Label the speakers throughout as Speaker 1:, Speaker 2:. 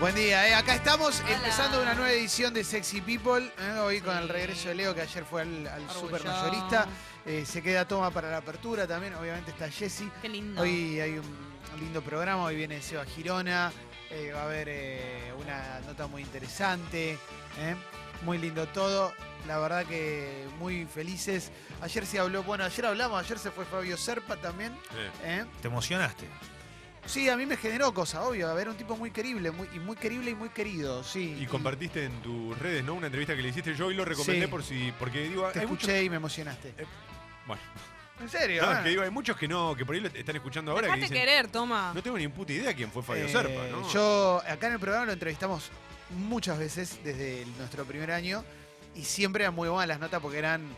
Speaker 1: Buen día, eh. acá estamos
Speaker 2: Hola.
Speaker 1: empezando una nueva edición de Sexy People. eh, Hoy con el regreso de Leo, que ayer fue al, al
Speaker 2: Orgullo.
Speaker 1: super mayorista. Eh, se queda Toma para la apertura también. Obviamente está Jessy.
Speaker 2: Qué lindo.
Speaker 1: Hoy hay un lindo programa. Hoy viene Seba Girona. Eh, va a haber eh, una nota muy interesante. eh. Muy lindo todo. La verdad que muy felices. Ayer se habló, bueno, ayer hablamos, ayer se fue Fabio Serpa también.
Speaker 3: Eh,
Speaker 1: eh.
Speaker 4: Te emocionaste.
Speaker 1: Sí, a mí me generó cosa, obvio. A ver, un tipo muy querible, muy, y muy querible y muy querido, sí.
Speaker 3: Y compartiste en tus redes, ¿no? Una entrevista que le hiciste yo y lo recomendé
Speaker 1: Sí.
Speaker 3: por si. Porque digo,
Speaker 1: Te
Speaker 3: hay muchos.
Speaker 1: escuché y me emocionaste.
Speaker 3: Bueno,
Speaker 1: ¿En serio?
Speaker 3: no,
Speaker 1: Ah.
Speaker 3: es que digo, hay muchos que no, que por ahí lo están escuchando ahora que
Speaker 2: Dejate
Speaker 3: dicen.
Speaker 2: querer, toma.
Speaker 3: No tengo ni puta idea quién fue Fabio
Speaker 1: Eh,
Speaker 3: Serpa, ¿no?
Speaker 1: Yo, acá en el programa lo entrevistamos muchas veces desde el- nuestro primer año y siempre eran muy buenas las notas porque eran.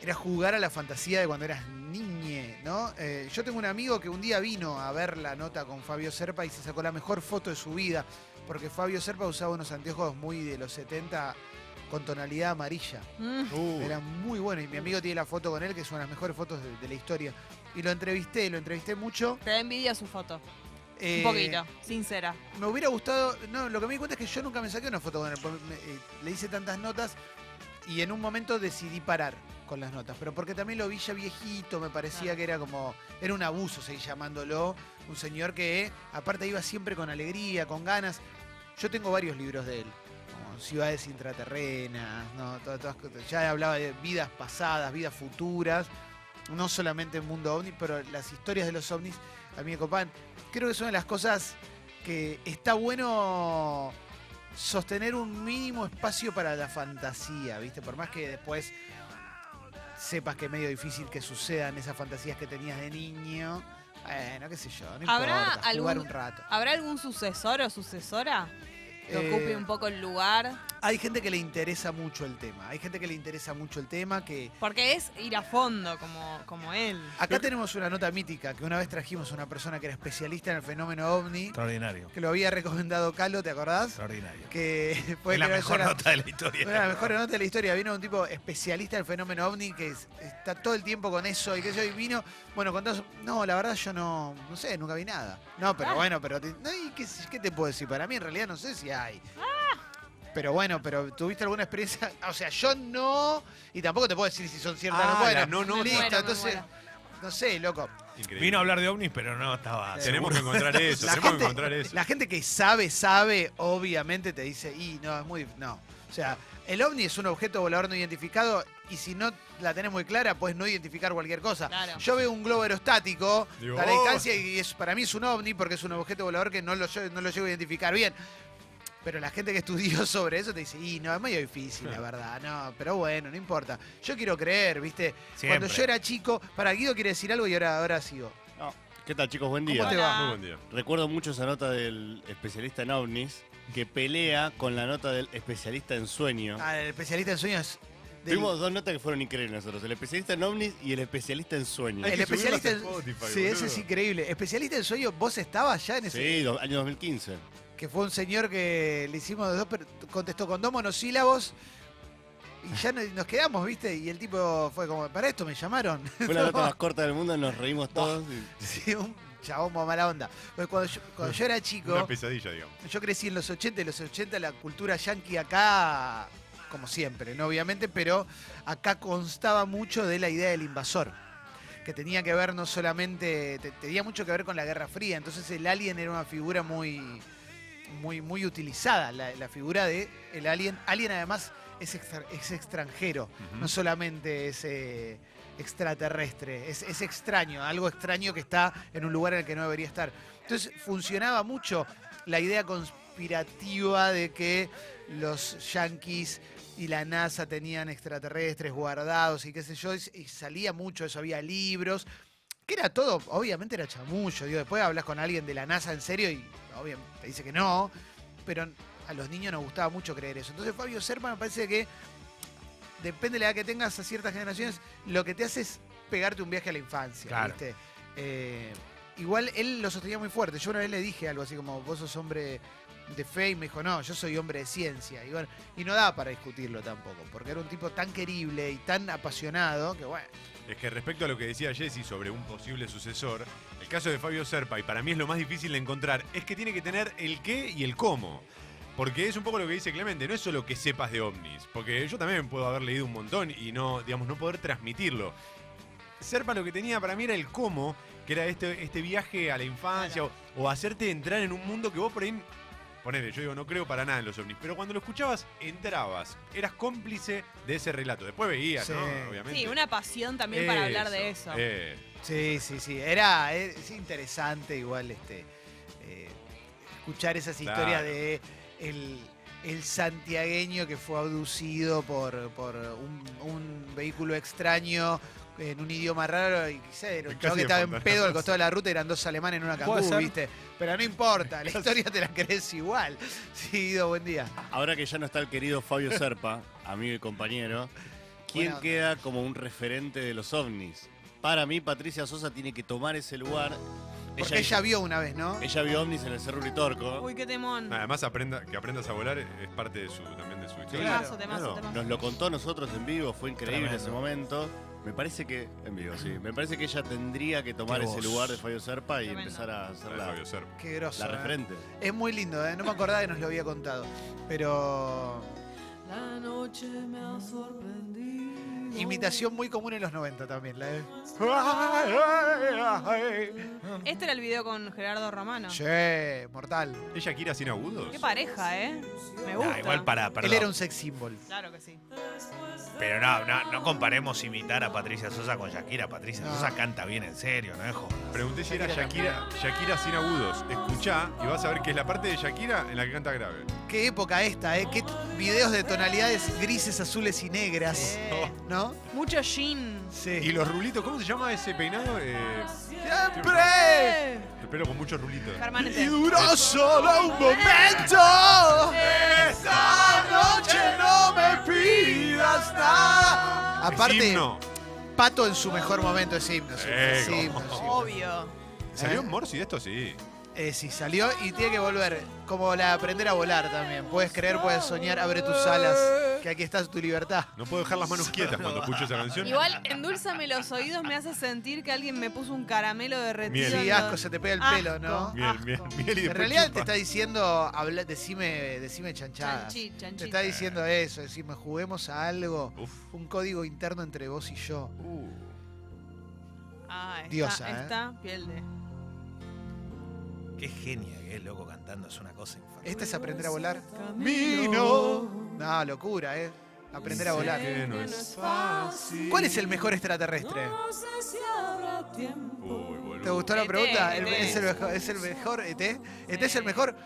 Speaker 1: Era jugar a la fantasía de cuando eras niñe, ¿no? Eh, yo tengo un amigo que un día vino a ver la nota con Fabio Serpa y se sacó la mejor foto de su vida porque Fabio Serpa usaba unos anteojos muy de los 70 con tonalidad amarilla.
Speaker 2: Mm.
Speaker 3: Uh,
Speaker 1: Era muy bueno y mi amigo tiene la foto con él, que es una de las mejores fotos de, de la historia. Y lo entrevisté, lo entrevisté mucho.
Speaker 2: Te da envidia su foto.
Speaker 1: eh,
Speaker 2: Un poquito, sincera.
Speaker 1: Me hubiera gustado, no, lo que me di cuenta es que yo nunca me saqué una foto con él, porque me- eh, le hice tantas notas y en un momento decidí parar con las notas, pero porque también lo vi ya viejito, me parecía
Speaker 2: Claro.
Speaker 1: que era como, era un abuso seguir llamándolo, un señor que aparte iba siempre con alegría, con ganas. Yo tengo varios libros de él, como Ciudades intraterrenas, ¿no? todas, todas cosas. ya hablaba de vidas pasadas, vidas futuras, no solamente el mundo ovni, pero las historias de los ovnis a mí me copan. Creo que es una de las cosas que está bueno sostener un mínimo espacio para la fantasía, ¿viste? Por más que después sepas que es medio difícil que sucedan esas fantasías que tenías de niño. Bueno, qué sé yo, no
Speaker 2: ¿Habrá
Speaker 1: importa, jugar
Speaker 2: algún-
Speaker 1: un rato.
Speaker 2: ¿Habrá algún sucesor o sucesora que ocupe
Speaker 1: Eh,
Speaker 2: un poco el lugar?
Speaker 1: Hay gente que le interesa mucho el tema, hay gente que le interesa mucho el tema, que
Speaker 2: Porque es ir a fondo como, como él.
Speaker 1: Acá tenemos una nota mítica que una vez trajimos a una persona que era especialista en el fenómeno ovni,
Speaker 4: Extraordinario.
Speaker 1: que lo había recomendado Calo, ¿te acordás?
Speaker 4: Extraordinario.
Speaker 1: Que
Speaker 4: Es
Speaker 1: puede
Speaker 4: la
Speaker 1: creer,
Speaker 4: mejor
Speaker 1: era-
Speaker 4: nota de la historia.
Speaker 1: una de las mejores notas de la historia. Vino un tipo especialista en el fenómeno ovni que es- está todo el tiempo con eso y que yo y vino. Bueno, contás. No, la verdad yo no, no sé, nunca vi nada. No, pero
Speaker 2: Ah.
Speaker 1: bueno, pero te- no, ¿y qué, qué te puedo decir? Para mí en realidad no sé si hay. Pero bueno, pero ¿tuviste alguna experiencia? O sea, yo no, y tampoco te puedo decir si son ciertas o no.
Speaker 3: Ah,
Speaker 1: Bueno,
Speaker 3: la no, no,
Speaker 1: listo,
Speaker 2: Me muero, me
Speaker 1: entonces,
Speaker 2: muero.
Speaker 1: no sé, loco.
Speaker 3: increíble.
Speaker 4: Vino a hablar de ovnis, pero no estaba.
Speaker 3: Tenemos que
Speaker 4: seguro.
Speaker 3: encontrar eso,
Speaker 1: La
Speaker 3: tenemos
Speaker 1: gente-
Speaker 3: que Pues encontrar eso.
Speaker 1: La gente que sabe, sabe, obviamente te dice, y no, es muy. No. O sea, el ovni es un objeto volador no identificado y si no la tenés muy clara, puedes no identificar cualquier cosa.
Speaker 2: Claro.
Speaker 1: Yo veo un globo aerostático
Speaker 3: Digo,
Speaker 1: a la
Speaker 3: "Oh".
Speaker 1: distancia y es, para mí es un ovni porque es un objeto volador que no lo, lle- no lo llego a identificar bien. Pero la gente que estudió sobre eso te dice, y no, es medio difícil, la verdad, no, pero bueno, no importa. Yo quiero creer, ¿viste?
Speaker 4: Siempre.
Speaker 1: Cuando yo era chico, para Guido quiere decir algo y ahora, ahora sigo.
Speaker 5: ¿Qué tal, chicos? Buen
Speaker 1: ¿Cómo
Speaker 5: día.
Speaker 1: te va?
Speaker 3: Muy buen día.
Speaker 5: Recuerdo mucho esa nota del especialista en ovnis que pelea con la nota del especialista en sueño.
Speaker 1: Ah, el especialista en sueños. del-
Speaker 5: Tuvimos dos notas que fueron increíbles nosotros: el especialista en ovnis y el especialista en sueño.
Speaker 3: Hay
Speaker 1: El
Speaker 3: que subirlas
Speaker 1: especialista
Speaker 3: a
Speaker 1: en
Speaker 3: Spotify,
Speaker 1: Sí, ese
Speaker 3: boludo.
Speaker 1: es increíble. Especialista en sueño, vos estabas ya en ese.
Speaker 5: Sí, do- año 2015.
Speaker 1: Que fue un señor que le hicimos dos, per- contestó con dos monosílabos. Y ya no- nos quedamos, ¿viste? Y el tipo fue como, para esto me llamaron.
Speaker 5: Fue la nota más corta del mundo, nos reímos todos. y-
Speaker 1: Sí, un chabón muy mala onda. Porque cuando yo, cuando yo era chico,
Speaker 3: Una pesadilla, digamos.
Speaker 1: yo crecí en los 80 y los 80 la cultura yankee acá, como siempre, ¿no? Obviamente, pero acá constaba mucho de la idea del invasor. que tenía que ver no solamente, te- tenía mucho que ver con la Guerra Fría, entonces el alien era una figura muy, muy, muy utilizada, la, la figura de el alien. Alien además es, extra- es extranjero,
Speaker 3: Ujú.
Speaker 1: no solamente es eh, extraterrestre, es, es extraño, algo extraño que está en un lugar en el que no debería estar. Entonces funcionaba mucho la idea conspirativa de que los yanquis y la NASA tenían extraterrestres guardados y qué sé yo, y, y salía mucho eso, había libros, que era todo, obviamente era chamullo, digo, después hablas con alguien de la NASA en serio y obviamente te dice que no, pero a los niños nos gustaba mucho creer eso. Entonces Fabio Serpa me parece que, depende de la edad que tengas a ciertas generaciones, lo que te hace es pegarte un viaje a la infancia,
Speaker 4: Claro.
Speaker 1: ¿viste? Eh, igual él lo sostenía muy fuerte, yo una vez le dije algo así como, vos sos hombre de fe y me dijo, no, yo soy hombre de ciencia. Y, bueno, y no daba para discutirlo tampoco, porque era un tipo tan querible y tan apasionado que bueno.
Speaker 3: Es que respecto a lo que decía Jesse sobre un posible sucesor, el caso de Fabio Serpa, y para mí es lo más difícil de encontrar, es que tiene que tener el qué y el cómo. Porque es un poco lo que dice Clemente, no es solo que sepas de ovnis, porque yo también puedo haber leído un montón y no, digamos, no poder transmitirlo. Serpa lo que tenía para mí era el cómo, que era este, este viaje a la infancia o, o hacerte entrar en un mundo que vos por ahí Ponele, yo digo, no creo para nada en los ovnis, pero cuando lo escuchabas, entrabas, eras cómplice de ese relato. Después veías,
Speaker 1: Sí.
Speaker 3: ¿no? Obviamente.
Speaker 2: Sí, una pasión también para hablar de eso.
Speaker 3: eh,
Speaker 1: Sí, sí, sí. Era es interesante igual este eh, escuchar esas
Speaker 3: Claro.
Speaker 1: historias de el, el santiagueño que fue abducido por, por un, un vehículo extraño en un idioma raro y quizá era un
Speaker 3: Casi
Speaker 1: chabón que estaba en
Speaker 3: espontáneo.
Speaker 1: pedo al costado de la ruta y eran dos alemanes en una
Speaker 4: Puede
Speaker 1: cangú,
Speaker 4: ser.
Speaker 1: ¿viste? Pero no importa, la historia te la crees igual. Sí, Guido, buen día.
Speaker 5: Ahora que ya no está el querido Fabio Serpa, amigo y compañero, ¿quién
Speaker 1: Buena onda.
Speaker 5: queda como un referente de los ovnis? Para mí, Patricia Sosa tiene que tomar ese lugar.
Speaker 1: Porque ella, vio una vez, ¿no?
Speaker 5: ella vio ovnis en el Cerro Uritorco.
Speaker 2: Uy, qué temón.
Speaker 3: además, aprenda, que aprendas a volar es parte de su, también de su historia.
Speaker 2: Temazo,
Speaker 1: claro,
Speaker 2: temazo,
Speaker 3: claro.
Speaker 2: temazo.
Speaker 5: Nos lo contó a nosotros en vivo, fue increíble
Speaker 4: Tremendo.
Speaker 5: ese momento. Me parece que, en vivo, sí, me parece que ella tendría que tomar
Speaker 4: Qué
Speaker 5: ese
Speaker 4: voz.
Speaker 5: lugar de Fabio Serpa y
Speaker 2: Tremendo.
Speaker 5: empezar a
Speaker 3: La
Speaker 5: ser
Speaker 3: de
Speaker 5: la,
Speaker 3: Fabio Serpa.
Speaker 1: Qué groso.
Speaker 5: la
Speaker 1: ¿eh?
Speaker 5: referente.
Speaker 1: Es muy lindo, ¿eh? no me acordaba que nos lo había contado. Pero
Speaker 2: La noche me ha sorprendido.
Speaker 1: Imitación muy común en los 90 también, la de...
Speaker 2: Este era el video con Gerardo Romano.
Speaker 1: Che, mortal.
Speaker 3: ¿Es Shakira sin agudos?
Speaker 2: Qué pareja, ¿eh? Me gusta.
Speaker 4: Nah, Ah, igual para,
Speaker 1: Él era
Speaker 4: perdón.
Speaker 1: un sex symbol.
Speaker 2: Claro que sí.
Speaker 4: Pero no, no, no comparemos imitar a Patricia Sosa con Shakira. Patricia
Speaker 1: No.
Speaker 4: Sosa canta bien en serio, no es joda.
Speaker 3: Pregunté si era Shakira, Shakira sin agudos. Escuchá y vas a ver que es la parte de Shakira en la que canta grave.
Speaker 1: Qué época esta, ¿eh? Qué t- videos de tonalidades grises, azules y negras.
Speaker 2: Eh,
Speaker 1: ¿No?
Speaker 2: Mucho jean.
Speaker 3: Y
Speaker 1: Sí.
Speaker 3: los rulitos, ¿cómo se llama ese peinado? Eh,
Speaker 1: ¡Siempre!
Speaker 3: el pelo con muchos rulitos.
Speaker 1: Y
Speaker 2: Permanente.
Speaker 1: duró solo un momento. Esa noche no me pidas nada.
Speaker 3: Es
Speaker 1: Aparte,
Speaker 3: himno.
Speaker 1: Pato en su mejor momento es himno. sí,
Speaker 3: Eh,
Speaker 1: es himno,
Speaker 3: cómo.
Speaker 1: es himno.
Speaker 2: Obvio.
Speaker 3: ¿Salió
Speaker 1: Eh.
Speaker 3: en Morsi de esto? Sí.
Speaker 1: Eh, sí, salió y tiene que volver. Como la aprender a volar también. Puedes creer, puedes soñar, abre tus alas, que aquí está tu libertad.
Speaker 3: No puedo dejar las manos quietas cuando escucho esa canción.
Speaker 2: Igual, endulzame los oídos, me hace sentir que alguien me puso un caramelo derretido.
Speaker 3: Miel.
Speaker 2: en
Speaker 1: Sí,
Speaker 2: los-
Speaker 1: asco, se te pega el
Speaker 2: Asco.
Speaker 1: pelo, ¿no?
Speaker 3: Miel, miel,
Speaker 2: asco.
Speaker 3: miel y
Speaker 1: En
Speaker 3: después
Speaker 1: realidad te
Speaker 3: chupa.
Speaker 1: está diciendo, habla, decime, decime chanchadas.
Speaker 2: Chanchi, chanchi.
Speaker 1: Te está diciendo eso, decime, juguemos a algo,
Speaker 3: Uf.
Speaker 1: un código interno entre vos y yo.
Speaker 2: Ah, está,
Speaker 1: Diosa, ¿eh?
Speaker 2: está piel de.
Speaker 4: Qué genia que es, loco, cantando. Es una cosa infernal.
Speaker 1: ¿Este es aprender a volar?
Speaker 3: Camino.
Speaker 1: No, locura, ¿eh? Aprender a
Speaker 3: Sé
Speaker 1: volar.
Speaker 3: que no es fácil.
Speaker 1: ¿Cuál es el mejor extraterrestre?
Speaker 3: Uy, boludo.
Speaker 1: ¿Te gustó la
Speaker 2: ET,
Speaker 1: pregunta?
Speaker 2: ET.
Speaker 1: ¿Es el mejor? ¿Es el mejor? E ¿ET? ¿ET es el mejor?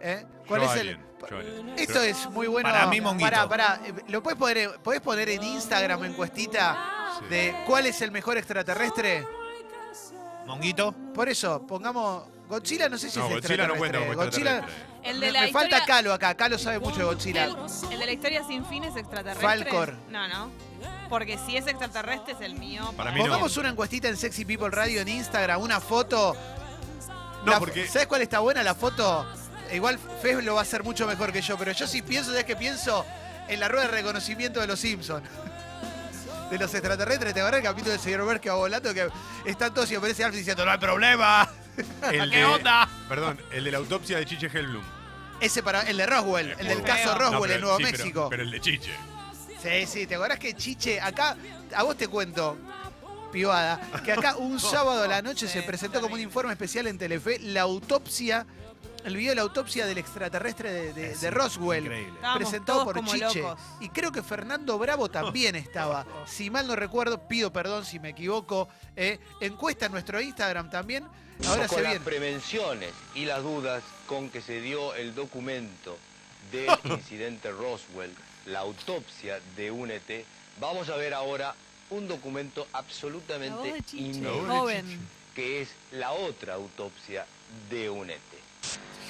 Speaker 1: ¿Eh? ¿Cuál es
Speaker 3: Yo
Speaker 1: el...?
Speaker 3: Alien, yo Alien.
Speaker 1: Esto es muy bueno.
Speaker 4: Para mí, Monguito.
Speaker 1: Pará, pará. Eh, ¿Lo podés poner, podés poner en Instagram, en encuestita,
Speaker 3: Sí.
Speaker 1: de cuál es el mejor extraterrestre?
Speaker 4: Monguito.
Speaker 1: Por eso, pongamos... Godzilla no sé si
Speaker 3: No,
Speaker 1: es
Speaker 3: Godzilla no cuenta
Speaker 1: extraterrestre.
Speaker 3: como
Speaker 1: Godzilla...
Speaker 3: extraterrestre.
Speaker 2: El de
Speaker 1: Me-
Speaker 2: la
Speaker 1: Me
Speaker 2: historia.
Speaker 1: falta Calo acá. Calo sabe mucho de
Speaker 2: el,
Speaker 1: Godzilla.
Speaker 2: el de la historia sin fines extraterrestre.
Speaker 1: Falcor.
Speaker 2: No, no. Porque si es extraterrestre es el mío.
Speaker 3: Para mí no.
Speaker 1: Pongamos una encuestita en Sexy People Radio en Instagram, una foto.
Speaker 3: No,
Speaker 1: La-
Speaker 3: porque-
Speaker 1: ¿Sabes cuál está buena la foto? Igual Fez lo va a hacer mucho mejor que yo, pero yo sí pienso, ¿sabes que pienso? En la rueda de reconocimiento de los Simpsons. De los extraterrestres, te agarré el capítulo del señor Burke que va volando, que están todos y aparece Alf diciendo, no hay problema.
Speaker 3: El
Speaker 4: ¿Qué
Speaker 3: de-
Speaker 4: onda?
Speaker 3: Perdón, el de la autopsia de Chiche Hellblum.
Speaker 1: Ese para, el de Roswell,
Speaker 3: Es
Speaker 1: el
Speaker 3: muy
Speaker 1: del
Speaker 3: bueno.
Speaker 1: caso
Speaker 2: No,
Speaker 1: Roswell
Speaker 3: No, pero-
Speaker 1: en Nuevo
Speaker 3: sí, pero-
Speaker 1: México.
Speaker 3: Pero, el de Chiche.
Speaker 1: Sí, sí, ¿te acordás que Chiche, acá, a vos te cuento, pivada, que acá un sábado a la noche se
Speaker 2: Sí,
Speaker 1: presentó como un informe especial en Telefe la autopsia, el video de la autopsia del extraterrestre de, de-
Speaker 4: Es
Speaker 1: de Roswell.
Speaker 4: Increíble.
Speaker 2: Estábamos
Speaker 1: presentado
Speaker 2: todos
Speaker 1: por
Speaker 2: como
Speaker 1: Chiche.
Speaker 2: locos.
Speaker 1: Y creo que Fernando Bravo también estaba. Si mal no recuerdo, pido perdón si me equivoco. eh, encuesta en nuestro Instagram también. Ahora se
Speaker 6: con las
Speaker 1: viene.
Speaker 6: prevenciones y las dudas con que se dio el documento del incidente Roswell, la autopsia de un ET, vamos a ver ahora un documento
Speaker 2: La voz
Speaker 6: absolutamente
Speaker 2: de Chiche,
Speaker 6: inédito,
Speaker 2: joven.
Speaker 6: que es la otra autopsia de un E ET.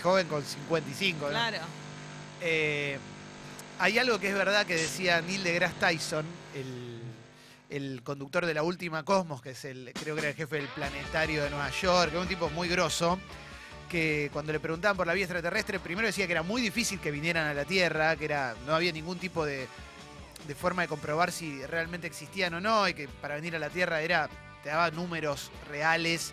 Speaker 1: Joven con 55, ¿no?
Speaker 2: Claro.
Speaker 1: Eh, hay algo que es verdad que decía Neil deGrasse Tyson, el, el conductor de la última Cosmos, que es el, creo que era el jefe del planetario de Nueva York, que es un tipo muy grosso, que cuando le preguntaban por la vida extraterrestre, primero decía que era muy difícil que vinieran a la Tierra, que era, no había ningún tipo de, de forma de comprobar si realmente existían o no, y que para venir a la Tierra era, te daba números reales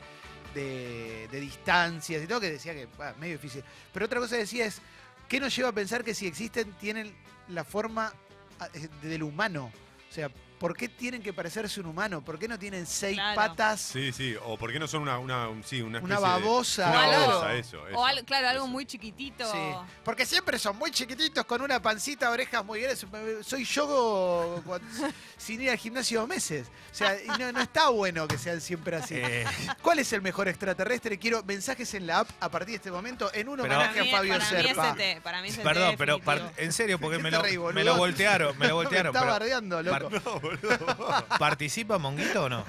Speaker 1: de, de distancias y todo, que decía que, ah, medio difícil. Pero otra cosa que decía es, ¿qué nos lleva a pensar que si existen tienen la forma ah, eh, del humano? O sea, ¿por qué tienen que parecerse un humano? ¿Por qué no tienen seis
Speaker 2: Claro.
Speaker 1: patas?
Speaker 3: Sí, sí. O por qué no son una, una, un- sí, una,
Speaker 1: Una
Speaker 3: especie de-
Speaker 1: babosa.
Speaker 3: una
Speaker 2: Claro.
Speaker 3: babosa, eso. eso,
Speaker 2: O algo, claro, algo
Speaker 3: eso.
Speaker 2: muy chiquitito.
Speaker 1: Sí, porque siempre son muy chiquititos, con una pancita, orejas muy grandes. Soy yo con- sin ir al gimnasio dos meses. O sea, y no, no está bueno que sean siempre así.
Speaker 4: Eh,
Speaker 1: ¿Cuál es el mejor extraterrestre? Quiero mensajes en la app a partir de este momento en un
Speaker 4: Pero-
Speaker 1: homenaje
Speaker 2: Para mí,
Speaker 1: a Fabio
Speaker 2: para mí
Speaker 1: Serpa.
Speaker 2: es este. el T, para mí es el
Speaker 4: perdón,
Speaker 2: T
Speaker 4: pero par-
Speaker 2: definitivo.
Speaker 4: en serio, porque me
Speaker 1: Te
Speaker 4: lo,
Speaker 1: reí, boludo.
Speaker 4: me lo voltearon, me lo
Speaker 1: Me
Speaker 4: voltearon.
Speaker 1: está
Speaker 4: pero,
Speaker 1: bardeando, loco.
Speaker 4: par- ¿Participa Monguito o no?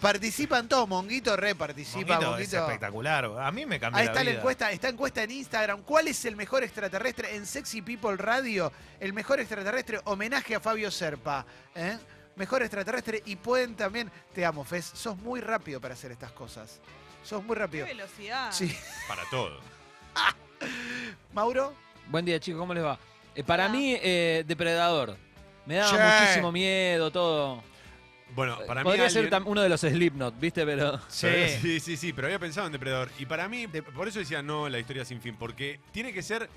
Speaker 1: Participan todos, Monguito reparticipa,
Speaker 4: Monguito es
Speaker 1: Monguito.
Speaker 4: espectacular. A mí me cambió
Speaker 1: Ahí está
Speaker 4: la
Speaker 1: la
Speaker 4: vida.
Speaker 1: encuesta, está encuesta en Instagram. ¿Cuál es el mejor extraterrestre en Sexy People Radio? El mejor extraterrestre, homenaje a Fabio Serpa. ¿eh? Mejor extraterrestre y pueden también. Te amo, Fez. Sos muy rápido para hacer estas cosas. Sos muy
Speaker 2: Qué
Speaker 1: rápido.
Speaker 2: velocidad.
Speaker 1: Sí.
Speaker 3: Para todos.
Speaker 1: Mauro.
Speaker 7: Buen día, chicos, ¿cómo les va? Eh, para
Speaker 2: Hola.
Speaker 7: mí, eh, Depredador. Me daba
Speaker 1: Che.
Speaker 7: muchísimo miedo, todo.
Speaker 3: Bueno, para mí.
Speaker 7: Podría ser
Speaker 3: Alien-
Speaker 7: tam- uno de los Slipknot, ¿viste? Pero.
Speaker 3: Pero- sí, sí, sí, pero había pensado en Depredador. Y para mí, por eso decía no la historia sin fin, porque tiene que ser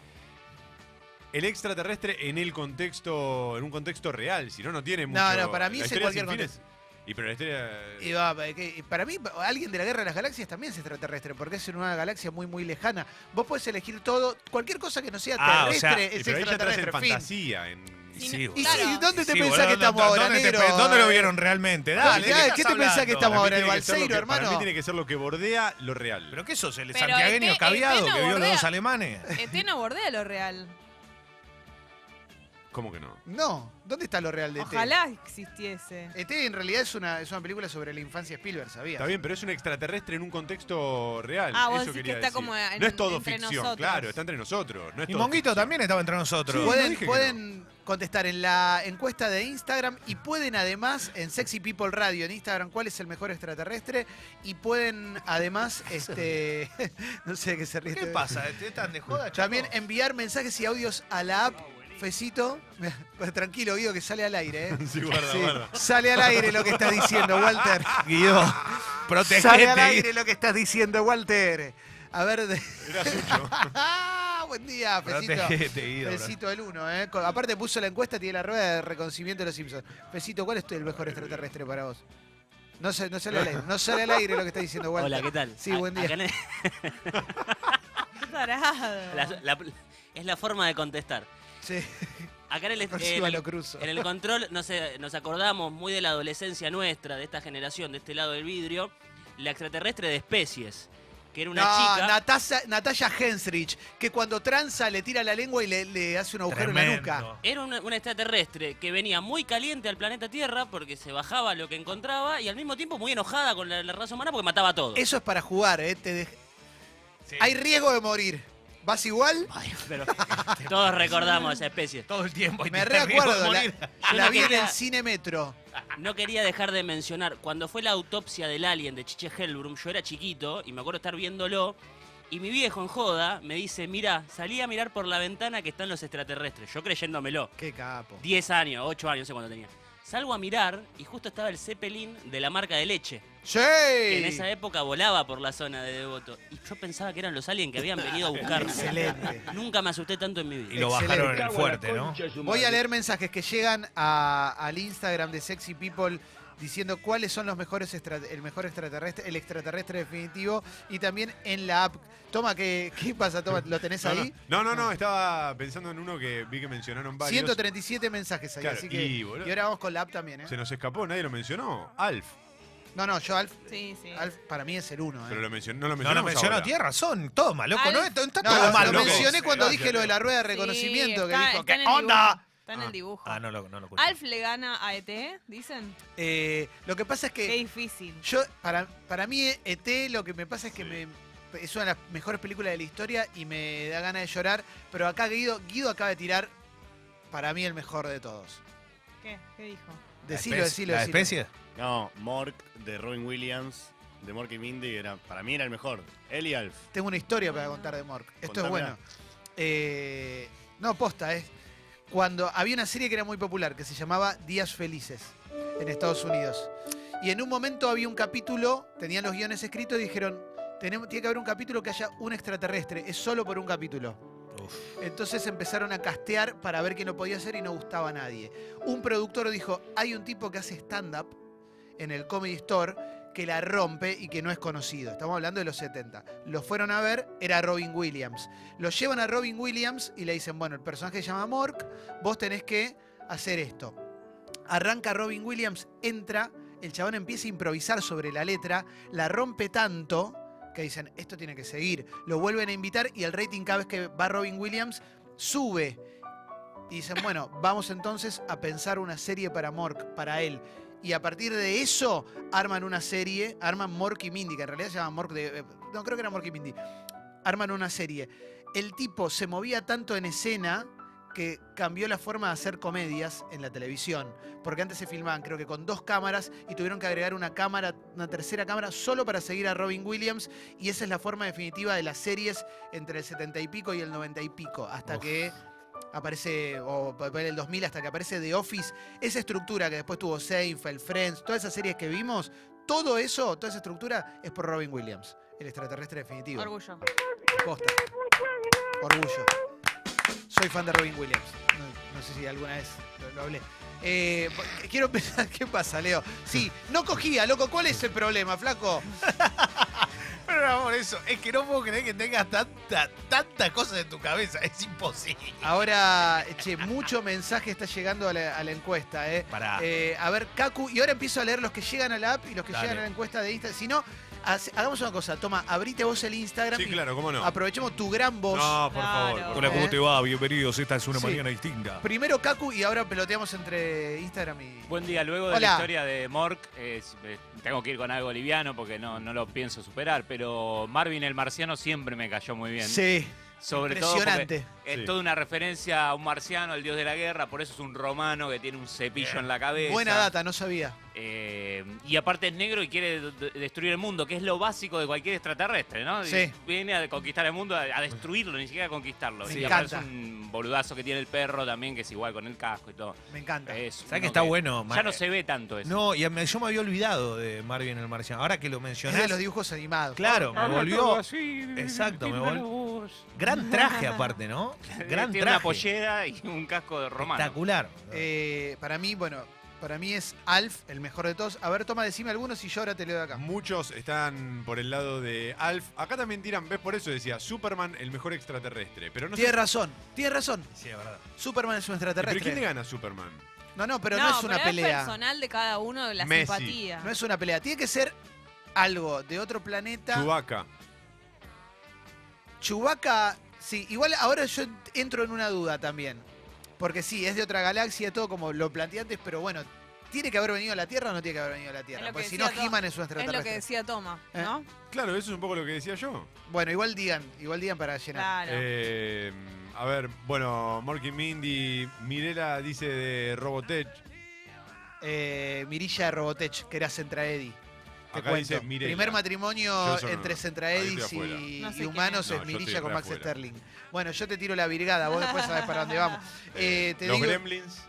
Speaker 3: el extraterrestre en el contexto, en un contexto real, si no, no tiene mucho.
Speaker 1: no, para mí
Speaker 3: la
Speaker 1: es en
Speaker 3: historia sin
Speaker 1: cualquier Eh,
Speaker 3: fin es- Y pero la historia.
Speaker 1: Y va, pa- que- para mí, pa- alguien de la Guerra de las Galaxias también es extraterrestre, porque es en una galaxia muy, muy lejana. Vos podés elegir todo, cualquier cosa que no sea
Speaker 4: Ah, o
Speaker 1: terrestre
Speaker 4: sea,
Speaker 3: y
Speaker 1: es
Speaker 3: pero ahí ya estás en
Speaker 1: extraterrestre. fin.
Speaker 3: fantasía. En,
Speaker 4: Y
Speaker 2: Sí,
Speaker 4: sí,
Speaker 2: no-
Speaker 4: boludo.
Speaker 1: Y
Speaker 2: Claro.
Speaker 1: sí, ¿dónde te
Speaker 4: Sí,
Speaker 1: pensás
Speaker 4: boludo,
Speaker 1: que estamos
Speaker 4: ¿dónde-
Speaker 1: ahora,
Speaker 4: ¿dónde, te-
Speaker 1: negro?
Speaker 4: ¿Dónde lo vieron realmente? Dale,
Speaker 1: ¿Qué,
Speaker 4: estás
Speaker 1: qué te pensás que
Speaker 4: hablando?
Speaker 1: estamos ahora?
Speaker 3: Para
Speaker 1: ¿El
Speaker 3: mí tiene que ser lo
Speaker 1: Balseiro,
Speaker 3: que- Para mí
Speaker 1: hermano?
Speaker 3: tiene que ser lo que bordea lo real.
Speaker 4: ¿Pero qué sos? ¿El
Speaker 2: Pero
Speaker 4: santiagueño
Speaker 2: este-
Speaker 4: caviado
Speaker 2: este no
Speaker 4: que vio los
Speaker 2: bordea.
Speaker 4: dos alemanes?
Speaker 2: ET no Eh, bordea lo real.
Speaker 3: ¿Cómo que no?
Speaker 1: No, ¿dónde está lo real de ET?
Speaker 2: Ojalá existiese.
Speaker 1: ET E en realidad es una, es una película sobre la infancia de Spielberg, ¿sabías?
Speaker 3: Está bien, pero es un extraterrestre en un contexto real.
Speaker 2: Ah, vos
Speaker 3: eso
Speaker 2: decís que
Speaker 3: quería
Speaker 2: está
Speaker 3: decir.
Speaker 2: como en-
Speaker 3: no es todo
Speaker 2: entre
Speaker 3: ficción,
Speaker 2: nosotros.
Speaker 3: claro, está entre nosotros. No es
Speaker 4: Y
Speaker 3: todo
Speaker 4: Monguito
Speaker 3: ficción.
Speaker 4: también estaba entre
Speaker 3: Sí,
Speaker 4: nosotros.
Speaker 3: no
Speaker 1: pueden
Speaker 3: dije que
Speaker 1: pueden contestar en la encuesta de Instagram y pueden además en Sexy People Radio en Instagram cuál es el mejor extraterrestre y pueden además, este, no sé de qué se ríe.
Speaker 4: ¿Qué
Speaker 1: este-
Speaker 4: pasa? ¿Están de joda, chicos?
Speaker 1: También enviar mensajes y audios a la app Fecito. Tranquilo, Guido, que sale al aire. ¿eh?
Speaker 3: Sí, guarda,
Speaker 1: Sí,
Speaker 3: guarda.
Speaker 1: Sale al aire lo que estás diciendo, Walter.
Speaker 4: Guido,
Speaker 1: Sale al
Speaker 4: protegete.
Speaker 1: aire lo que estás diciendo, Walter. A ver, de-
Speaker 3: Era suyo.
Speaker 1: buen día, Fecito.
Speaker 4: Protegete, Guido. bro.
Speaker 1: Fecito el uno, ¿eh? Co- Aparte puso la encuesta, tiene la rueda de reconocimiento de los Simpsons. Fecito, ¿cuál es tu- el mejor extraterrestre para vos? No, se- no sale al aire, no sale al aire lo que está diciendo Walter.
Speaker 8: Hola, ¿qué tal?
Speaker 1: Sí, buen día.
Speaker 8: acá en el-
Speaker 2: Qué tarado.
Speaker 8: la- la- es la forma de contestar.
Speaker 1: Sí,
Speaker 8: Acá en el, en
Speaker 1: próxima
Speaker 8: el-
Speaker 1: lo cruzo.
Speaker 8: en el control nos, eh, nos acordamos muy de la adolescencia nuestra, de esta generación, de este lado del vidrio, la extraterrestre de especies, que era una
Speaker 1: no,
Speaker 8: chica...
Speaker 1: Natasa- Natalia Hensrich, que cuando tranza le tira la lengua y le, le hace un agujero en la nuca.
Speaker 4: Tremendo.
Speaker 8: Era una, una extraterrestre que venía muy caliente al planeta Tierra porque se bajaba lo que encontraba y al mismo tiempo muy enojada con la, la raza humana porque mataba a todos.
Speaker 1: Eso es para jugar, ¿eh? Te dej-
Speaker 4: Sí.
Speaker 1: Hay riesgo de morir. ¿Vas igual?
Speaker 8: Ay, pero todos recordamos esa especie.
Speaker 4: Todo el tiempo. y
Speaker 1: Me
Speaker 4: te río de
Speaker 1: reacuerdo. La,
Speaker 4: morir.
Speaker 1: la
Speaker 8: no
Speaker 1: vi en
Speaker 8: quería-
Speaker 1: el cine metro.
Speaker 8: No quería dejar de mencionar, cuando fue la autopsia del alien de Chiche Helbrum, yo era chiquito y me acuerdo estar viéndolo. Y mi viejo en joda me dice: Mirá, salí a mirar por la ventana que están los extraterrestres. Yo creyéndomelo.
Speaker 1: Qué capo.
Speaker 8: 10 años, 8 años, no sé cuándo tenía. Salgo a mirar y justo estaba el Zeppelin de la marca de leche.
Speaker 1: ¡Sí!
Speaker 8: Que en esa época volaba por la zona de Devoto. Y yo pensaba que eran los aliens que habían venido a buscarme.
Speaker 1: Excelente.
Speaker 8: Nunca me asusté tanto en mi vida.
Speaker 4: Y lo
Speaker 1: Excelente.
Speaker 4: bajaron en el fuerte, ¿no?
Speaker 1: Voy a leer mensajes que llegan a- al Instagram de Sexy People diciendo cuáles son los mejores extra- el mejor extraterrestre, el extraterrestre definitivo y también en la app. Toma, ¿qué, qué pasa? Toma, ¿lo tenés
Speaker 3: No, no.
Speaker 1: ahí?
Speaker 3: No, no, no, estaba pensando en uno que vi que mencionaron varios.
Speaker 1: 137 mensajes ahí,
Speaker 3: Claro,
Speaker 1: así que...
Speaker 3: y,
Speaker 1: Y,
Speaker 3: boludo.
Speaker 1: ahora vamos con la app también, ¿eh?
Speaker 3: Se nos escapó, nadie lo mencionó. Alf,
Speaker 1: No, no, yo Alf,
Speaker 2: Sí, sí.
Speaker 1: Alf para mí es el uno,
Speaker 3: pero
Speaker 1: ¿eh?
Speaker 3: lo mencionó, no lo
Speaker 4: No
Speaker 3: mencionó.
Speaker 4: lo mencionó, tiene razón. Toma, loco,
Speaker 2: Al-
Speaker 4: ¿no? Está está
Speaker 1: No,
Speaker 4: todo
Speaker 1: lo,
Speaker 4: mal,
Speaker 1: lo
Speaker 4: loco.
Speaker 1: mencioné cuando
Speaker 3: Gracias,
Speaker 1: dije lo de la rueda de
Speaker 2: Sí,
Speaker 1: reconocimiento, que
Speaker 2: está-
Speaker 1: dijo,
Speaker 2: está
Speaker 1: ¿qué
Speaker 2: en el
Speaker 1: onda?
Speaker 2: dibujo, Está en el dibujo.
Speaker 4: Ah, no lo, no lo culpo.
Speaker 2: Alf le gana a ET, dicen.
Speaker 1: Eh, lo que pasa es que...
Speaker 2: Qué difícil.
Speaker 1: Yo, para, para mí, ET, lo que me pasa es que
Speaker 3: Sí.
Speaker 1: me, es una de las mejores películas de la historia y me da ganas de llorar. Pero acá Guido, Guido acaba de tirar, para mí, el mejor de todos.
Speaker 2: ¿Qué? ¿Qué dijo?
Speaker 4: ¿La
Speaker 1: Decilo,
Speaker 4: especie-
Speaker 1: decilo,
Speaker 4: ¿La
Speaker 1: decilo.
Speaker 4: especie?
Speaker 5: No, Mork de Robin Williams de Mork y Mindy era, para mí era el mejor. Él y Alf.
Speaker 1: Tengo una historia para contar de Mork. Esto es
Speaker 5: Contámela.
Speaker 1: bueno. Eh, no, posta, es. Cuando había una serie que era muy popular, que se llamaba Días Felices, en Estados Unidos. Y en un momento había un capítulo, tenían los guiones escritos y dijeron, "Tenemos- tiene que haber un capítulo que haya un extraterrestre, es solo por un capítulo. Entonces empezaron a castear para ver quién lo podía hacer y no gustaba a nadie. Un productor dijo, hay un tipo que hace stand-up en el Comedy Store que la rompe y que no es conocido. Estamos hablando de los 70. Lo fueron a ver, era Robin Williams. Lo llevan a Robin Williams y le dicen, bueno, el personaje se llama Mork, vos tenés que hacer esto. Arranca Robin Williams, entra, el chabón empieza a improvisar sobre la letra, la rompe tanto que dicen, esto tiene que seguir. Lo vuelven a invitar y el rating cada vez que va Robin Williams sube. Y dicen, bueno, vamos entonces a pensar una serie para Mork, para él. Y a partir de eso arman una serie, arman Mork y Mindy, que en realidad se llama Mork de... eh, No, creo que era Mork y Mindy. Arman una serie. El tipo se movía tanto en escena que cambió la forma de hacer comedias en la televisión. Porque antes se filmaban, creo que con dos cámaras, y tuvieron que agregar una cámara, una tercera cámara, solo para seguir a Robin Williams. Y esa es la forma definitiva de las series entre el 70 y pico y el 90 y pico. Hasta que aparece, o pa- pa- el 2000, hasta que aparece The Office. Esa estructura que después tuvo Seinfeld, Friends, todas esas series que vimos, todo eso, toda esa estructura es por Robin Williams, el extraterrestre definitivo.
Speaker 2: Orgullo.
Speaker 1: Posta. Orgullo. Soy fan de Robin Williams. No, no sé si alguna vez lo, lo hablé. Eh, po- quiero pensar, ¿qué pasa, Leo? Sí, no cogía, loco. ¿Cuál es el problema, flaco?
Speaker 4: Pero no, por eso, es que no puedo creer que tengas tanta, tantas cosas en tu cabeza. Es imposible.
Speaker 1: Ahora, che, mucho mensaje está llegando a la, a la encuesta, ¿eh?
Speaker 3: Ah.
Speaker 4: Pará.
Speaker 1: Eh, a ver, Kaku, y ahora empiezo a leer los que llegan a la app y los que
Speaker 4: Dale.
Speaker 1: llegan a la encuesta de Instagram. Si no, hace- hagamos una cosa. Toma, abrite vos el Instagram
Speaker 3: Sí,
Speaker 1: y
Speaker 3: claro, cómo no.
Speaker 1: aprovechemos tu gran voz.
Speaker 3: No, por favor.
Speaker 2: Claro.
Speaker 3: por
Speaker 4: Hola,
Speaker 3: favor.
Speaker 4: ¿cómo te va? Bienvenidos. Esta es una
Speaker 1: Sí.
Speaker 4: mañana distinta.
Speaker 1: Primero Kaku y ahora peloteamos entre Instagram y...
Speaker 9: Buen día, luego de
Speaker 1: Hola.
Speaker 9: la historia de Mork, eh, s- eh, tengo que ir con algo liviano porque no, no lo pienso superar, pero Marvin el Marciano siempre me cayó muy bien.
Speaker 1: Sí,
Speaker 9: Sobre todo porque
Speaker 1: impresionante.
Speaker 9: es
Speaker 3: Sí.
Speaker 9: toda una referencia a un marciano, el dios de la guerra, por eso es un romano que tiene un cepillo en la cabeza.
Speaker 1: Buena data, no sabía.
Speaker 9: Eh, y aparte es negro y quiere de- de- destruir el mundo, que es lo básico de cualquier extraterrestre, ¿no? Y
Speaker 1: Sí.
Speaker 9: Viene a conquistar el mundo, a, a destruirlo, ni siquiera a conquistarlo.
Speaker 1: Me
Speaker 9: y
Speaker 1: encanta.
Speaker 9: aparece un boludazo que tiene el perro también, que es igual con el casco y todo.
Speaker 1: Me encanta.
Speaker 3: Eh,
Speaker 9: uno
Speaker 4: ¿Sabes que está bueno?
Speaker 9: Ya
Speaker 4: Mar-
Speaker 9: no se ve tanto eso.
Speaker 4: No, y a- me- yo me había olvidado de Marvin el Marciano. Ahora que lo
Speaker 1: Es de
Speaker 4: mencionás.
Speaker 1: los dibujos animados.
Speaker 4: Claro, me volvió.
Speaker 9: así,
Speaker 4: Exacto, me
Speaker 9: tiembla
Speaker 4: vol-
Speaker 9: la voz.
Speaker 4: Gran traje aparte, ¿no? Gran
Speaker 9: Eh, Tiene una
Speaker 4: traje.
Speaker 9: pollera y un casco de romano.
Speaker 4: Espectacular.
Speaker 1: Eh, para mí, bueno, para mí es Alf, el mejor de todos. A ver, toma, decime algunos y yo ahora te leo de acá.
Speaker 3: Muchos están por el lado de Alf. Acá también tiran, ves por eso decía, Superman el mejor extraterrestre. Pero no sé-
Speaker 1: Tienes razón, tienes razón.
Speaker 4: Sí, es verdad.
Speaker 1: Superman es un
Speaker 3: ¿Pero quién le
Speaker 1: extraterrestre.
Speaker 3: gana a Superman?
Speaker 1: No, no, pero no, es una
Speaker 2: pero
Speaker 1: pelea.
Speaker 2: personal de cada uno, la
Speaker 3: Messi.
Speaker 2: simpatía.
Speaker 1: No es una pelea. Tiene que ser algo de otro planeta.
Speaker 3: Chewbacca.
Speaker 1: Chewbacca, sí, igual ahora yo ent- entro en una duda también. Porque sí, es de otra galaxia, todo como lo planteé antes, pero bueno, ¿tiene que haber venido a la Tierra o no tiene que haber venido a la
Speaker 2: Es
Speaker 1: Tierra?
Speaker 2: lo
Speaker 1: Porque
Speaker 2: que
Speaker 1: si no,
Speaker 2: decía todo-
Speaker 1: He-Man es un
Speaker 2: Es lo que
Speaker 1: extraterrestre.
Speaker 2: decía Toma,
Speaker 1: Eh.
Speaker 2: ¿no?
Speaker 3: Claro, eso es un poco lo que decía yo.
Speaker 1: Bueno, igual digan, igual digan para llenar.
Speaker 2: Claro.
Speaker 3: Eh, a ver, bueno, Morky Mindy, Mirela dice de Robotech.
Speaker 1: eh, Mirilla de Robotech, que era Centraedi. Te
Speaker 3: Acá
Speaker 1: cuento.
Speaker 3: dice Mirela.
Speaker 1: Primer
Speaker 3: Yo
Speaker 1: matrimonio
Speaker 3: eso no-
Speaker 1: entre
Speaker 3: ahí
Speaker 1: Centraedis
Speaker 3: estoy afuera.
Speaker 1: y,
Speaker 2: No sé
Speaker 1: y
Speaker 2: quién
Speaker 1: humanos
Speaker 3: es. No,
Speaker 1: es
Speaker 3: yo estoy
Speaker 1: Mirilla con
Speaker 3: re
Speaker 1: Max
Speaker 3: afuera.
Speaker 1: Sterling. Bueno, yo te tiro la virgada, vos después sabés para dónde vamos. Eh, te
Speaker 3: Los
Speaker 1: digo-
Speaker 3: Gremlins.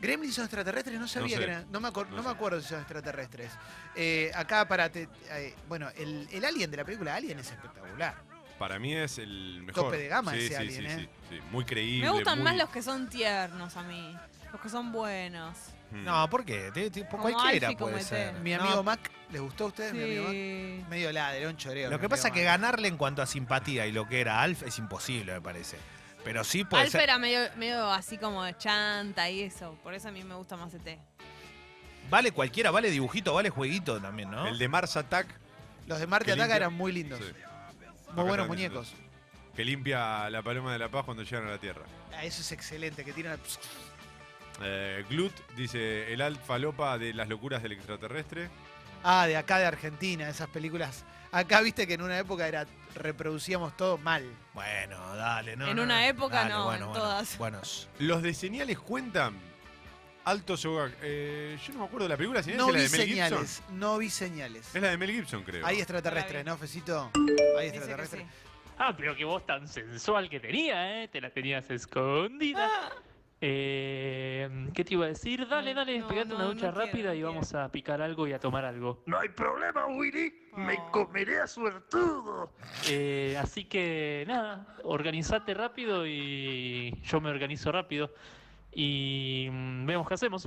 Speaker 1: ¿Gremlins son extraterrestres? No sabía
Speaker 3: sé.
Speaker 1: que eran. No me, acor-
Speaker 3: No
Speaker 1: no me
Speaker 3: sé.
Speaker 1: acuerdo si son extraterrestres. Eh, acá para. te- eh, bueno, el, el alien de la película Alien es espectacular.
Speaker 3: Para mí es el mejor.
Speaker 1: Tope de gama
Speaker 3: sí,
Speaker 1: ese
Speaker 3: sí,
Speaker 1: alien,
Speaker 3: sí,
Speaker 1: ¿eh?
Speaker 3: sí, sí. Muy creíble.
Speaker 2: Me gustan
Speaker 3: muy-
Speaker 2: más los que son tiernos a mí, los que son buenos.
Speaker 3: Mm.
Speaker 4: No, ¿por qué? Te- te-
Speaker 2: Como
Speaker 4: cualquiera
Speaker 2: Alfie, como
Speaker 4: puede
Speaker 2: ET.
Speaker 4: ser.
Speaker 1: Mi
Speaker 4: No,
Speaker 1: amigo Mac, ¿les gustó a ustedes? Mi amigo Mac.
Speaker 2: Sí.
Speaker 1: Medio ladrón, choreo. mi
Speaker 4: Lo que
Speaker 1: amigo
Speaker 4: pasa es que
Speaker 1: Mac.
Speaker 4: ganarle en cuanto a simpatía y lo que era Alf es imposible, me parece. Pero sí puede
Speaker 2: Alf
Speaker 4: ser.
Speaker 2: era medio, medio así como de chanta y eso, por eso a mí me gusta más E ET.
Speaker 4: Vale cualquiera, vale dibujito, vale jueguito también, ¿no?
Speaker 3: El de Mars Attack,
Speaker 1: Los de Marte
Speaker 3: Qué
Speaker 1: Ataca
Speaker 3: lindo.
Speaker 1: eran muy lindos.
Speaker 3: sí,
Speaker 1: Muy
Speaker 3: Acá
Speaker 1: buenos
Speaker 3: también,
Speaker 1: muñecos.
Speaker 3: que limpia la paloma de la paz cuando llegan a la Tierra.
Speaker 1: Ah, eso es excelente, que tiran.
Speaker 3: Eh, Glut dice el alfalopa de las locuras del extraterrestre.
Speaker 1: Ah, de acá de Argentina, esas películas. Acá viste que en una época era reproducíamos todo mal.
Speaker 4: Bueno, dale, no.
Speaker 2: En
Speaker 4: no,
Speaker 2: una
Speaker 4: no.
Speaker 2: época no, en
Speaker 4: bueno.
Speaker 2: todas.
Speaker 4: Buenos.
Speaker 3: Los de señales cuentan. Alto Sogak. Eh, yo no me acuerdo de la película, si no
Speaker 1: No
Speaker 3: es la
Speaker 1: vi
Speaker 3: de Mel Gibson.
Speaker 1: señales, no vi señales.
Speaker 3: Es la de Mel Gibson, creo.
Speaker 1: Hay extraterrestres, ¿no, Fecito? Hay
Speaker 2: Dice que
Speaker 1: extraterrestres.
Speaker 2: sí.
Speaker 10: Ah, pero qué voz tan sensual que tenía, ¿eh? Te la tenías escondida.
Speaker 2: Ah.
Speaker 10: Eh, ¿Qué te iba a decir? Dale,
Speaker 2: No,
Speaker 10: dale,
Speaker 2: no,
Speaker 10: pegate una
Speaker 2: no,
Speaker 10: ducha
Speaker 2: no quiero,
Speaker 10: rápida
Speaker 2: no
Speaker 10: y
Speaker 2: quiero.
Speaker 10: vamos a picar algo y a tomar algo. No hay problema, Willy.
Speaker 2: me Oh. comeré
Speaker 10: a suertudo. Eh, así que nada, organizate rápido y yo me organizo rápido. Y mm, vemos qué hacemos.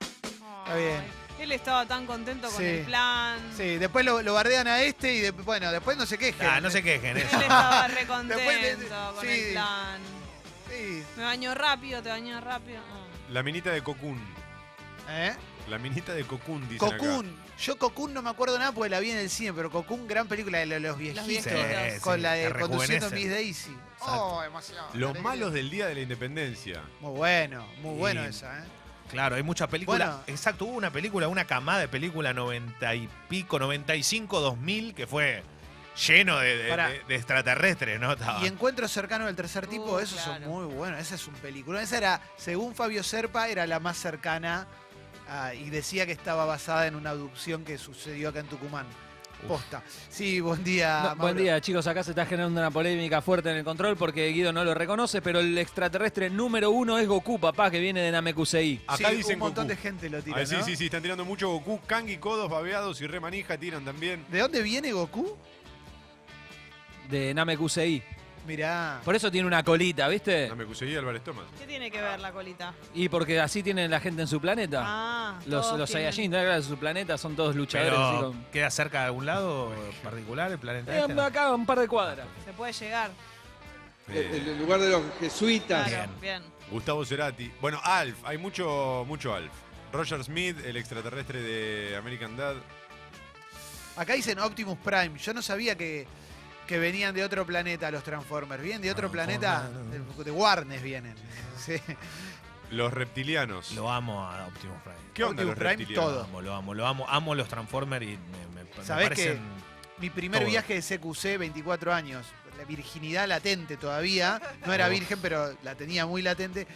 Speaker 1: Está bien.
Speaker 2: Ay, Él estaba tan contento con
Speaker 1: Sí.
Speaker 2: el plan.
Speaker 1: Sí, después lo, lo bardean a este y de- bueno, después no se quejen.
Speaker 4: Ah, no se quejen,
Speaker 2: Él
Speaker 4: eh.
Speaker 2: estaba re
Speaker 1: Después le-
Speaker 2: contento con
Speaker 1: sí.
Speaker 2: el plan.
Speaker 1: Sí.
Speaker 2: Me baño rápido, te baño rápido. Ah.
Speaker 3: La minita de Cocoon.
Speaker 1: ¿Eh?
Speaker 3: La minita de Cocoon, dicen acá.
Speaker 1: Cocoon. Yo Cocoon no me acuerdo nada porque la vi en el cine, pero Cocoon, gran película de lo- los viejitos.
Speaker 2: viejitos.
Speaker 1: con
Speaker 4: sí,
Speaker 1: la de
Speaker 4: te
Speaker 1: conduciendo Miss
Speaker 4: rejuvenecen.
Speaker 1: Daisy. Oh, emoción.
Speaker 3: Los
Speaker 1: Increíble.
Speaker 3: malos del Día de la Independencia.
Speaker 1: Muy bueno, muy
Speaker 4: Y-
Speaker 1: bueno esa, ¿eh?
Speaker 4: Claro, hay muchas películas.
Speaker 1: Bueno.
Speaker 4: Exacto, hubo una película, una camada de película 90 y pico, 95, 2000, que fue lleno de, de-
Speaker 1: Pará.
Speaker 4: de- de extraterrestres, ¿no? Estaba-
Speaker 1: Y Encuentros cercanos del tercer tipo,
Speaker 2: Uh,
Speaker 1: esos
Speaker 2: claro.
Speaker 1: son muy buenos. Ese es un película. Esa era, según Fabio Serpa, era la más cercana ah, y decía que estaba basada en una abducción que sucedió acá en Tucumán. Posta. Sí, buen día.
Speaker 4: Ah,
Speaker 7: No, buen
Speaker 1: Mauro.
Speaker 7: día, chicos. Acá se está generando una polémica fuerte en el control porque Guido no lo reconoce, pero el extraterrestre número uno es Goku, papá, que viene de Namekusei.
Speaker 3: Acá
Speaker 1: sí,
Speaker 3: dicen
Speaker 1: un montón de
Speaker 3: Goku.
Speaker 1: gente lo tira,
Speaker 3: Ah, sí,
Speaker 1: ¿no?
Speaker 3: sí, sí, están tirando mucho Goku. Kang y Codos, babeados y remanija tiran también.
Speaker 1: ¿De dónde viene Goku?
Speaker 7: De Namekusei.
Speaker 1: Mirá.
Speaker 7: Por eso tiene una colita, ¿viste?
Speaker 1: Eh.
Speaker 3: No me conseguí Álvarez Thomas.
Speaker 2: ¿Qué tiene que ver la colita?
Speaker 7: Y porque así tienen la gente en su planeta.
Speaker 2: Ah,
Speaker 7: los
Speaker 2: todos
Speaker 7: los
Speaker 2: tienen-
Speaker 7: Saiyajin, claro, de su planeta, son todos luchadores. así
Speaker 4: Pero,
Speaker 7: con-
Speaker 4: ¿Queda cerca de algún lado eh, particular el planeta?
Speaker 7: Eh,
Speaker 4: este, no?
Speaker 7: acá un par de cuadras.
Speaker 2: Se puede llegar.
Speaker 3: Eh,
Speaker 7: lugar de los jesuitas.
Speaker 2: Claro, bien.
Speaker 3: Gustavo Cerati. Bueno, Alf, hay mucho, mucho Alf. Roger Smith, el extraterrestre de American Dad.
Speaker 1: Acá dicen Optimus Prime. Yo no sabía que, que venían de otro planeta los Transformers. Vienen de otro planeta. De, de Warnes vienen. Sí.
Speaker 3: Los reptilianos.
Speaker 4: Lo amo a Optimus Prime.
Speaker 3: ¿Qué onda
Speaker 1: Optimus
Speaker 3: los
Speaker 1: Prime, todo.
Speaker 3: reptilianos?
Speaker 4: Lo amo, lo amo, lo amo. Amo los Transformers y me, me- me
Speaker 1: ¿Sabés qué?
Speaker 4: parecen...
Speaker 1: Mi primer
Speaker 4: Todo.
Speaker 1: viaje de CQC, 24 años. La virginidad latente todavía. No era virgen, pero la tenía muy latente.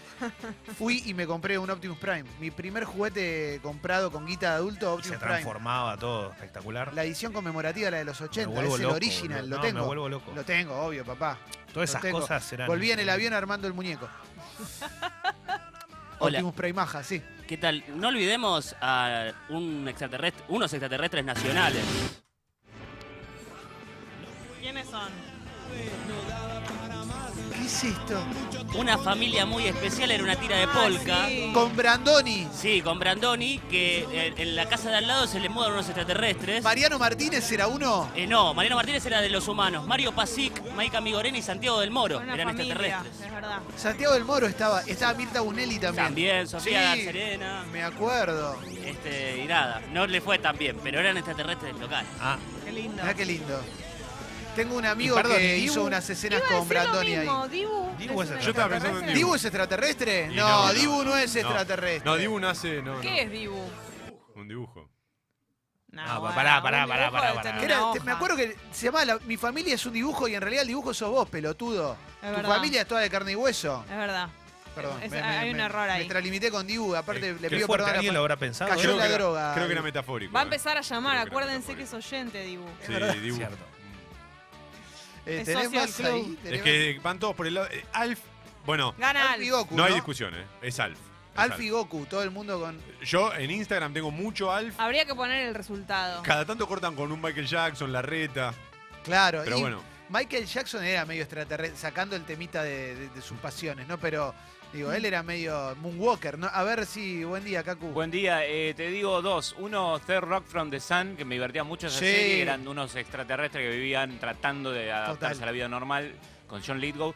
Speaker 1: Fui y me compré un Optimus Prime. Mi primer juguete comprado con guita de adulto,
Speaker 4: Se
Speaker 1: Optimus Prime.
Speaker 4: transformaba todo, espectacular.
Speaker 1: La edición conmemorativa, la de los 80,
Speaker 4: vuelvo
Speaker 1: es el
Speaker 4: loco,
Speaker 1: original,
Speaker 4: boludo.
Speaker 1: lo
Speaker 4: No,
Speaker 1: tengo.
Speaker 4: me vuelvo loco.
Speaker 1: Lo tengo, obvio, papá.
Speaker 4: Todas
Speaker 1: lo
Speaker 4: esas
Speaker 1: tengo.
Speaker 4: cosas eran...
Speaker 1: Volví en el avión armando el muñeco.
Speaker 8: Hola.
Speaker 1: Optimus Prime Maja, sí.
Speaker 8: ¿Qué tal? No olvidemos a un extraterrestre, unos extraterrestres nacionales.
Speaker 2: ¿Quiénes son?
Speaker 1: ¿Qué es esto?
Speaker 8: Una familia muy especial era una tira de
Speaker 2: Ah,
Speaker 8: polka.
Speaker 2: sí.
Speaker 1: Con Brandoni.
Speaker 8: Sí, con Brandoni, que eh, en la casa de al lado se le mudan unos extraterrestres.
Speaker 1: Mariano Martínez era uno.
Speaker 8: Eh, no, Mariano Martínez era de los humanos. Mario Pasic, Maica Migorena y Santiago del Moro
Speaker 2: Con una
Speaker 8: eran
Speaker 2: familia, es
Speaker 8: extraterrestres.
Speaker 2: verdad.
Speaker 1: Santiago del Moro estaba. Estaba Mirta Bunelli también.
Speaker 8: También, Sofía
Speaker 1: Sí.
Speaker 8: Serena,
Speaker 1: Me acuerdo.
Speaker 8: este, y nada. No le fue tan bien, pero eran extraterrestres locales.
Speaker 4: Ah,
Speaker 2: Qué lindo.
Speaker 1: Mirá qué lindo. Tengo un amigo
Speaker 4: perdón, ¿y
Speaker 1: que
Speaker 4: Dibu?
Speaker 1: hizo unas escenas
Speaker 2: Iba a
Speaker 1: con
Speaker 2: decir lo
Speaker 1: Brandoni ahí.
Speaker 2: mismo, Dibu.
Speaker 4: Dibu
Speaker 2: ¿Es
Speaker 4: es
Speaker 2: un
Speaker 4: el-
Speaker 3: Yo estaba pensando en
Speaker 2: extraterrestre?
Speaker 1: ¿Dibu es extraterrestre?
Speaker 3: Y
Speaker 1: No,
Speaker 3: no, no.
Speaker 1: Dibu no es
Speaker 3: No.
Speaker 1: extraterrestre.
Speaker 3: No, Dibu nace. No,
Speaker 2: ¿Qué
Speaker 3: no.
Speaker 2: es Dibu?
Speaker 3: Un dibujo.
Speaker 2: No,
Speaker 4: Ah,
Speaker 2: bueno,
Speaker 4: pará, pará,
Speaker 2: un
Speaker 4: pará,
Speaker 2: dibujo
Speaker 4: pará,
Speaker 2: de
Speaker 4: pará.
Speaker 2: tener
Speaker 1: Que era-
Speaker 2: una
Speaker 1: te- me
Speaker 2: hoja.
Speaker 1: acuerdo que se llamaba la- Mi familia es un dibujo y en realidad el dibujo sos vos, pelotudo.
Speaker 2: Es
Speaker 1: tu
Speaker 2: verdad.
Speaker 1: familia es toda de carne y hueso.
Speaker 2: Es verdad.
Speaker 1: Perdón.
Speaker 2: Es- hay un error
Speaker 1: me
Speaker 2: ahí.
Speaker 1: extralimité con Dibu, aparte
Speaker 3: Eh,
Speaker 4: qué
Speaker 1: le pido
Speaker 4: fuerte,
Speaker 1: perdón. a la
Speaker 4: ¿Alguien
Speaker 1: fa-
Speaker 4: lo habrá pensado?
Speaker 1: Cayó
Speaker 4: eso?
Speaker 1: la droga.
Speaker 3: Creo que era metafórico.
Speaker 2: Va a
Speaker 3: eh.
Speaker 2: empezar a llamar,
Speaker 3: Creo que era
Speaker 2: acuérdense que es
Speaker 3: metafórico.
Speaker 2: oyente, Dibu.
Speaker 3: Sí, dibujo.
Speaker 4: Cierto.
Speaker 1: Eh,
Speaker 2: Es
Speaker 1: ¿Tenés
Speaker 2: socio
Speaker 1: más
Speaker 2: del
Speaker 1: ahí?
Speaker 2: club.
Speaker 1: ¿Tenés
Speaker 3: Es
Speaker 1: más?
Speaker 3: que van todos por el lado. eh, Alf. Bueno,
Speaker 2: Gana
Speaker 1: Alf y
Speaker 2: Alf.
Speaker 1: Goku.
Speaker 3: no hay discusión, ¿eh? Es Alf. Es
Speaker 1: Alf y Goku, todo el mundo con.
Speaker 3: Yo en Instagram tengo mucho Alf.
Speaker 2: Habría que poner el resultado.
Speaker 3: Cada tanto cortan con un Michael Jackson, la reta.
Speaker 1: Claro,
Speaker 3: Pero
Speaker 1: y
Speaker 3: bueno,
Speaker 1: Michael Jackson era medio extraterrestre, sacando el temita de, de- de sus pasiones, ¿no? Pero, digo,
Speaker 9: Mm.
Speaker 1: él era medio Moonwalker, ¿no? A ver si, buen día, Kaku.
Speaker 9: Buen día, eh, te digo dos. Uno, Third Rock from the Sun, que me divertía mucho esa
Speaker 1: Sí.
Speaker 9: serie. Eran unos extraterrestres que vivían tratando de adaptarse
Speaker 1: Total.
Speaker 9: a la vida normal con John Lithgow.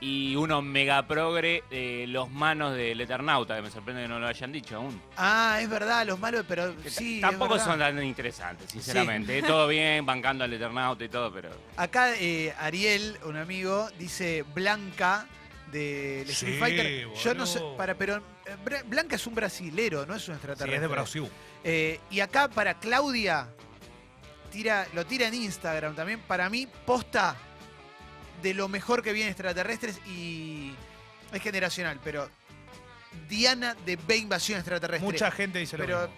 Speaker 9: Y uno mega progre, eh, Los Manos del Eternauta, que me sorprende que no lo hayan dicho aún.
Speaker 1: Ah, es verdad, los malos, pero
Speaker 9: Que t-
Speaker 1: sí. es
Speaker 9: Tampoco
Speaker 1: verdad.
Speaker 9: son tan interesantes, sinceramente. Todo bien, bancando al Eternauta y todo, pero...
Speaker 1: Acá eh, Ariel, un amigo, dice Blanca de
Speaker 4: Sí,
Speaker 1: Street Fighter. Yo no sé,
Speaker 4: boludo.
Speaker 1: para, pero eh, Bra- Blanca es un brasilero, no es un
Speaker 4: Sí,
Speaker 1: extraterrestre.
Speaker 4: es de Brasil.
Speaker 1: Eh, y acá para Claudia, tira, lo tira en Instagram también. Para mí, posta de lo mejor que viene extraterrestres y es generacional, pero diana de B invasión extraterrestre.
Speaker 4: Mucha gente dice lo
Speaker 1: Pero
Speaker 4: mismo.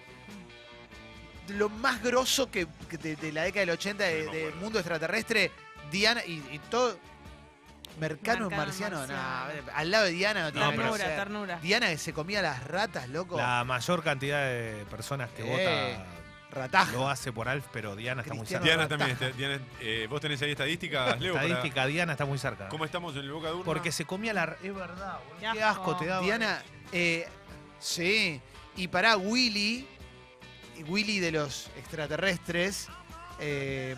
Speaker 1: lo más grosso que, que de, de la década del 80 de-
Speaker 3: No me
Speaker 1: del
Speaker 3: acuerdo.
Speaker 1: mundo extraterrestre, Diana y, y todo. Mercano, es
Speaker 2: Mercano
Speaker 1: marciano,
Speaker 2: marciano.
Speaker 1: no, al lado de Diana no tiene nada que
Speaker 2: ternura,
Speaker 1: hacer.
Speaker 2: ternura.
Speaker 1: Diana que se comía las ratas, loco.
Speaker 4: La mayor cantidad de personas que
Speaker 1: Eh, rataja.
Speaker 4: vota lo hace por Alf, pero Diana está muy
Speaker 1: Cristiano
Speaker 4: cerca.
Speaker 3: Diana
Speaker 1: Rataja.
Speaker 3: también. está- Diana, eh, ¿Vos tenés ahí estadísticas, Leo? para-
Speaker 4: Estadística, Diana está muy cerca.
Speaker 3: ¿Cómo estamos en el Boca Durna?
Speaker 4: Porque se comía la. Es verdad, boludo.
Speaker 2: Qué
Speaker 4: Qué asco te da.
Speaker 1: Diana, eh, sí. Y para Willy, Willy de los extraterrestres, eh,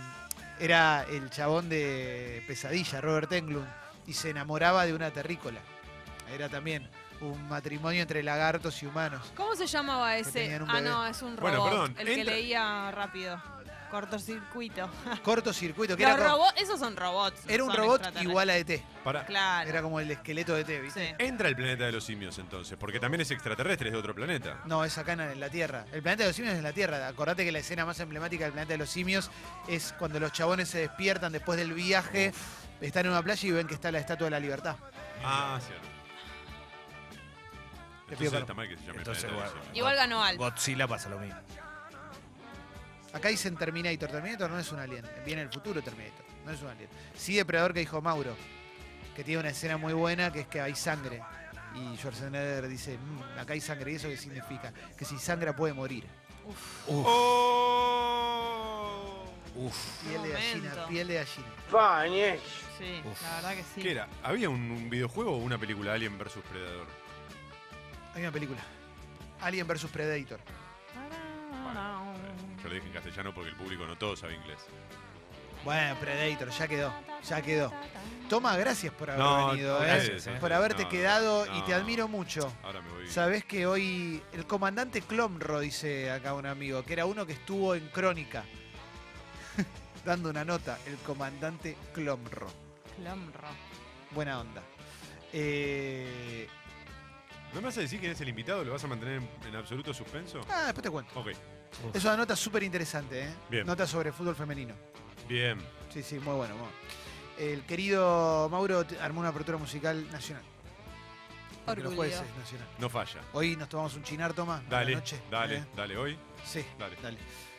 Speaker 1: era el chabón de Pesadilla, Robert Englund, y se enamoraba de una terrícola. Era también un matrimonio entre lagartos y humanos.
Speaker 2: ¿Cómo se llamaba ese?
Speaker 1: tenían un
Speaker 2: Ah,
Speaker 1: bebé.
Speaker 2: no, es un robot.
Speaker 3: Bueno, perdón,
Speaker 2: el que
Speaker 3: entra-
Speaker 2: leía rápido. Cortocircuito.
Speaker 1: Cortocircuito, que
Speaker 2: Los
Speaker 1: era, como-
Speaker 2: robots, esos son robots. no
Speaker 1: era un
Speaker 2: son
Speaker 1: robot
Speaker 2: extraterrestres.
Speaker 1: igual a ET.
Speaker 3: Pará.
Speaker 2: Claro.
Speaker 1: Era como el esqueleto de ET, ¿viste?
Speaker 2: sí.
Speaker 3: Entra el planeta de los simios entonces, porque también es extraterrestre, es de otro planeta.
Speaker 1: No, es acá en- en la Tierra. El planeta de los simios es en la Tierra. Acordate que la escena más emblemática del planeta de los simios es cuando los chabones se despiertan después del viaje, están en una playa y ven que está la Estatua de la Libertad.
Speaker 3: Ah, cierto.
Speaker 1: Te
Speaker 3: Entonces
Speaker 1: pido
Speaker 3: está mal que se llame el
Speaker 4: Entonces,
Speaker 3: planeta de los
Speaker 4: bueno.
Speaker 3: simios.
Speaker 2: Igual ganó Al.
Speaker 4: Godzilla pasa lo mismo.
Speaker 1: Acá dicen Terminator. Terminator no es un alien. Viene el futuro Terminator. No es un alien. Sí, Depredador que dijo Mauro, que tiene una escena muy buena que es que hay sangre. Y Schwarzenegger dice, "Mm, acá hay sangre. ¿Y eso qué significa? Que si sangra puede morir.
Speaker 3: ¡Oh!
Speaker 1: Piel de gallina,
Speaker 2: Momento.
Speaker 1: piel de gallina.
Speaker 2: Sí, la verdad que sí.
Speaker 3: ¿Qué era? ¿Había un, un videojuego o una película Alien vs Predador?
Speaker 1: Hay una película. Alien vs Predator.
Speaker 3: Bueno, Eh, Yo lo dije en castellano porque el público no todos sabe inglés.
Speaker 1: Bueno, Predator, ya quedó, ya quedó. Toma, gracias por haber
Speaker 3: No,
Speaker 1: venido,
Speaker 3: no,
Speaker 1: ¿eh?
Speaker 3: gracias, eh.
Speaker 1: por haberte
Speaker 3: No,
Speaker 1: quedado y
Speaker 3: no.
Speaker 1: te admiro mucho.
Speaker 3: Ahora me voy.
Speaker 1: Sabés que hoy el comandante Clomro, dice acá un amigo, que era uno que estuvo en Crónica, dando una nota, el comandante Clomro.
Speaker 2: Clomro.
Speaker 1: Buena onda. Eh,
Speaker 3: ¿No me vas a decir quién es el invitado? ¿Lo vas a mantener en, en absoluto suspenso?
Speaker 1: ah, después te cuento.
Speaker 3: Ok,
Speaker 1: Es una nota súper interesante, ¿eh?
Speaker 3: Bien.
Speaker 1: Nota sobre fútbol femenino.
Speaker 3: bien.
Speaker 1: Sí, sí, muy bueno. muy bueno. El querido Mauro te- armó una apertura musical nacional. Porque los
Speaker 2: Orgullo.
Speaker 1: jueces nacional.
Speaker 3: No falla.
Speaker 1: Hoy nos tomamos un chinar, toma. a la
Speaker 3: Dale,
Speaker 1: noche,
Speaker 3: dale,
Speaker 1: ¿eh?
Speaker 3: dale. Hoy,
Speaker 1: Sí,
Speaker 3: dale.
Speaker 1: dale.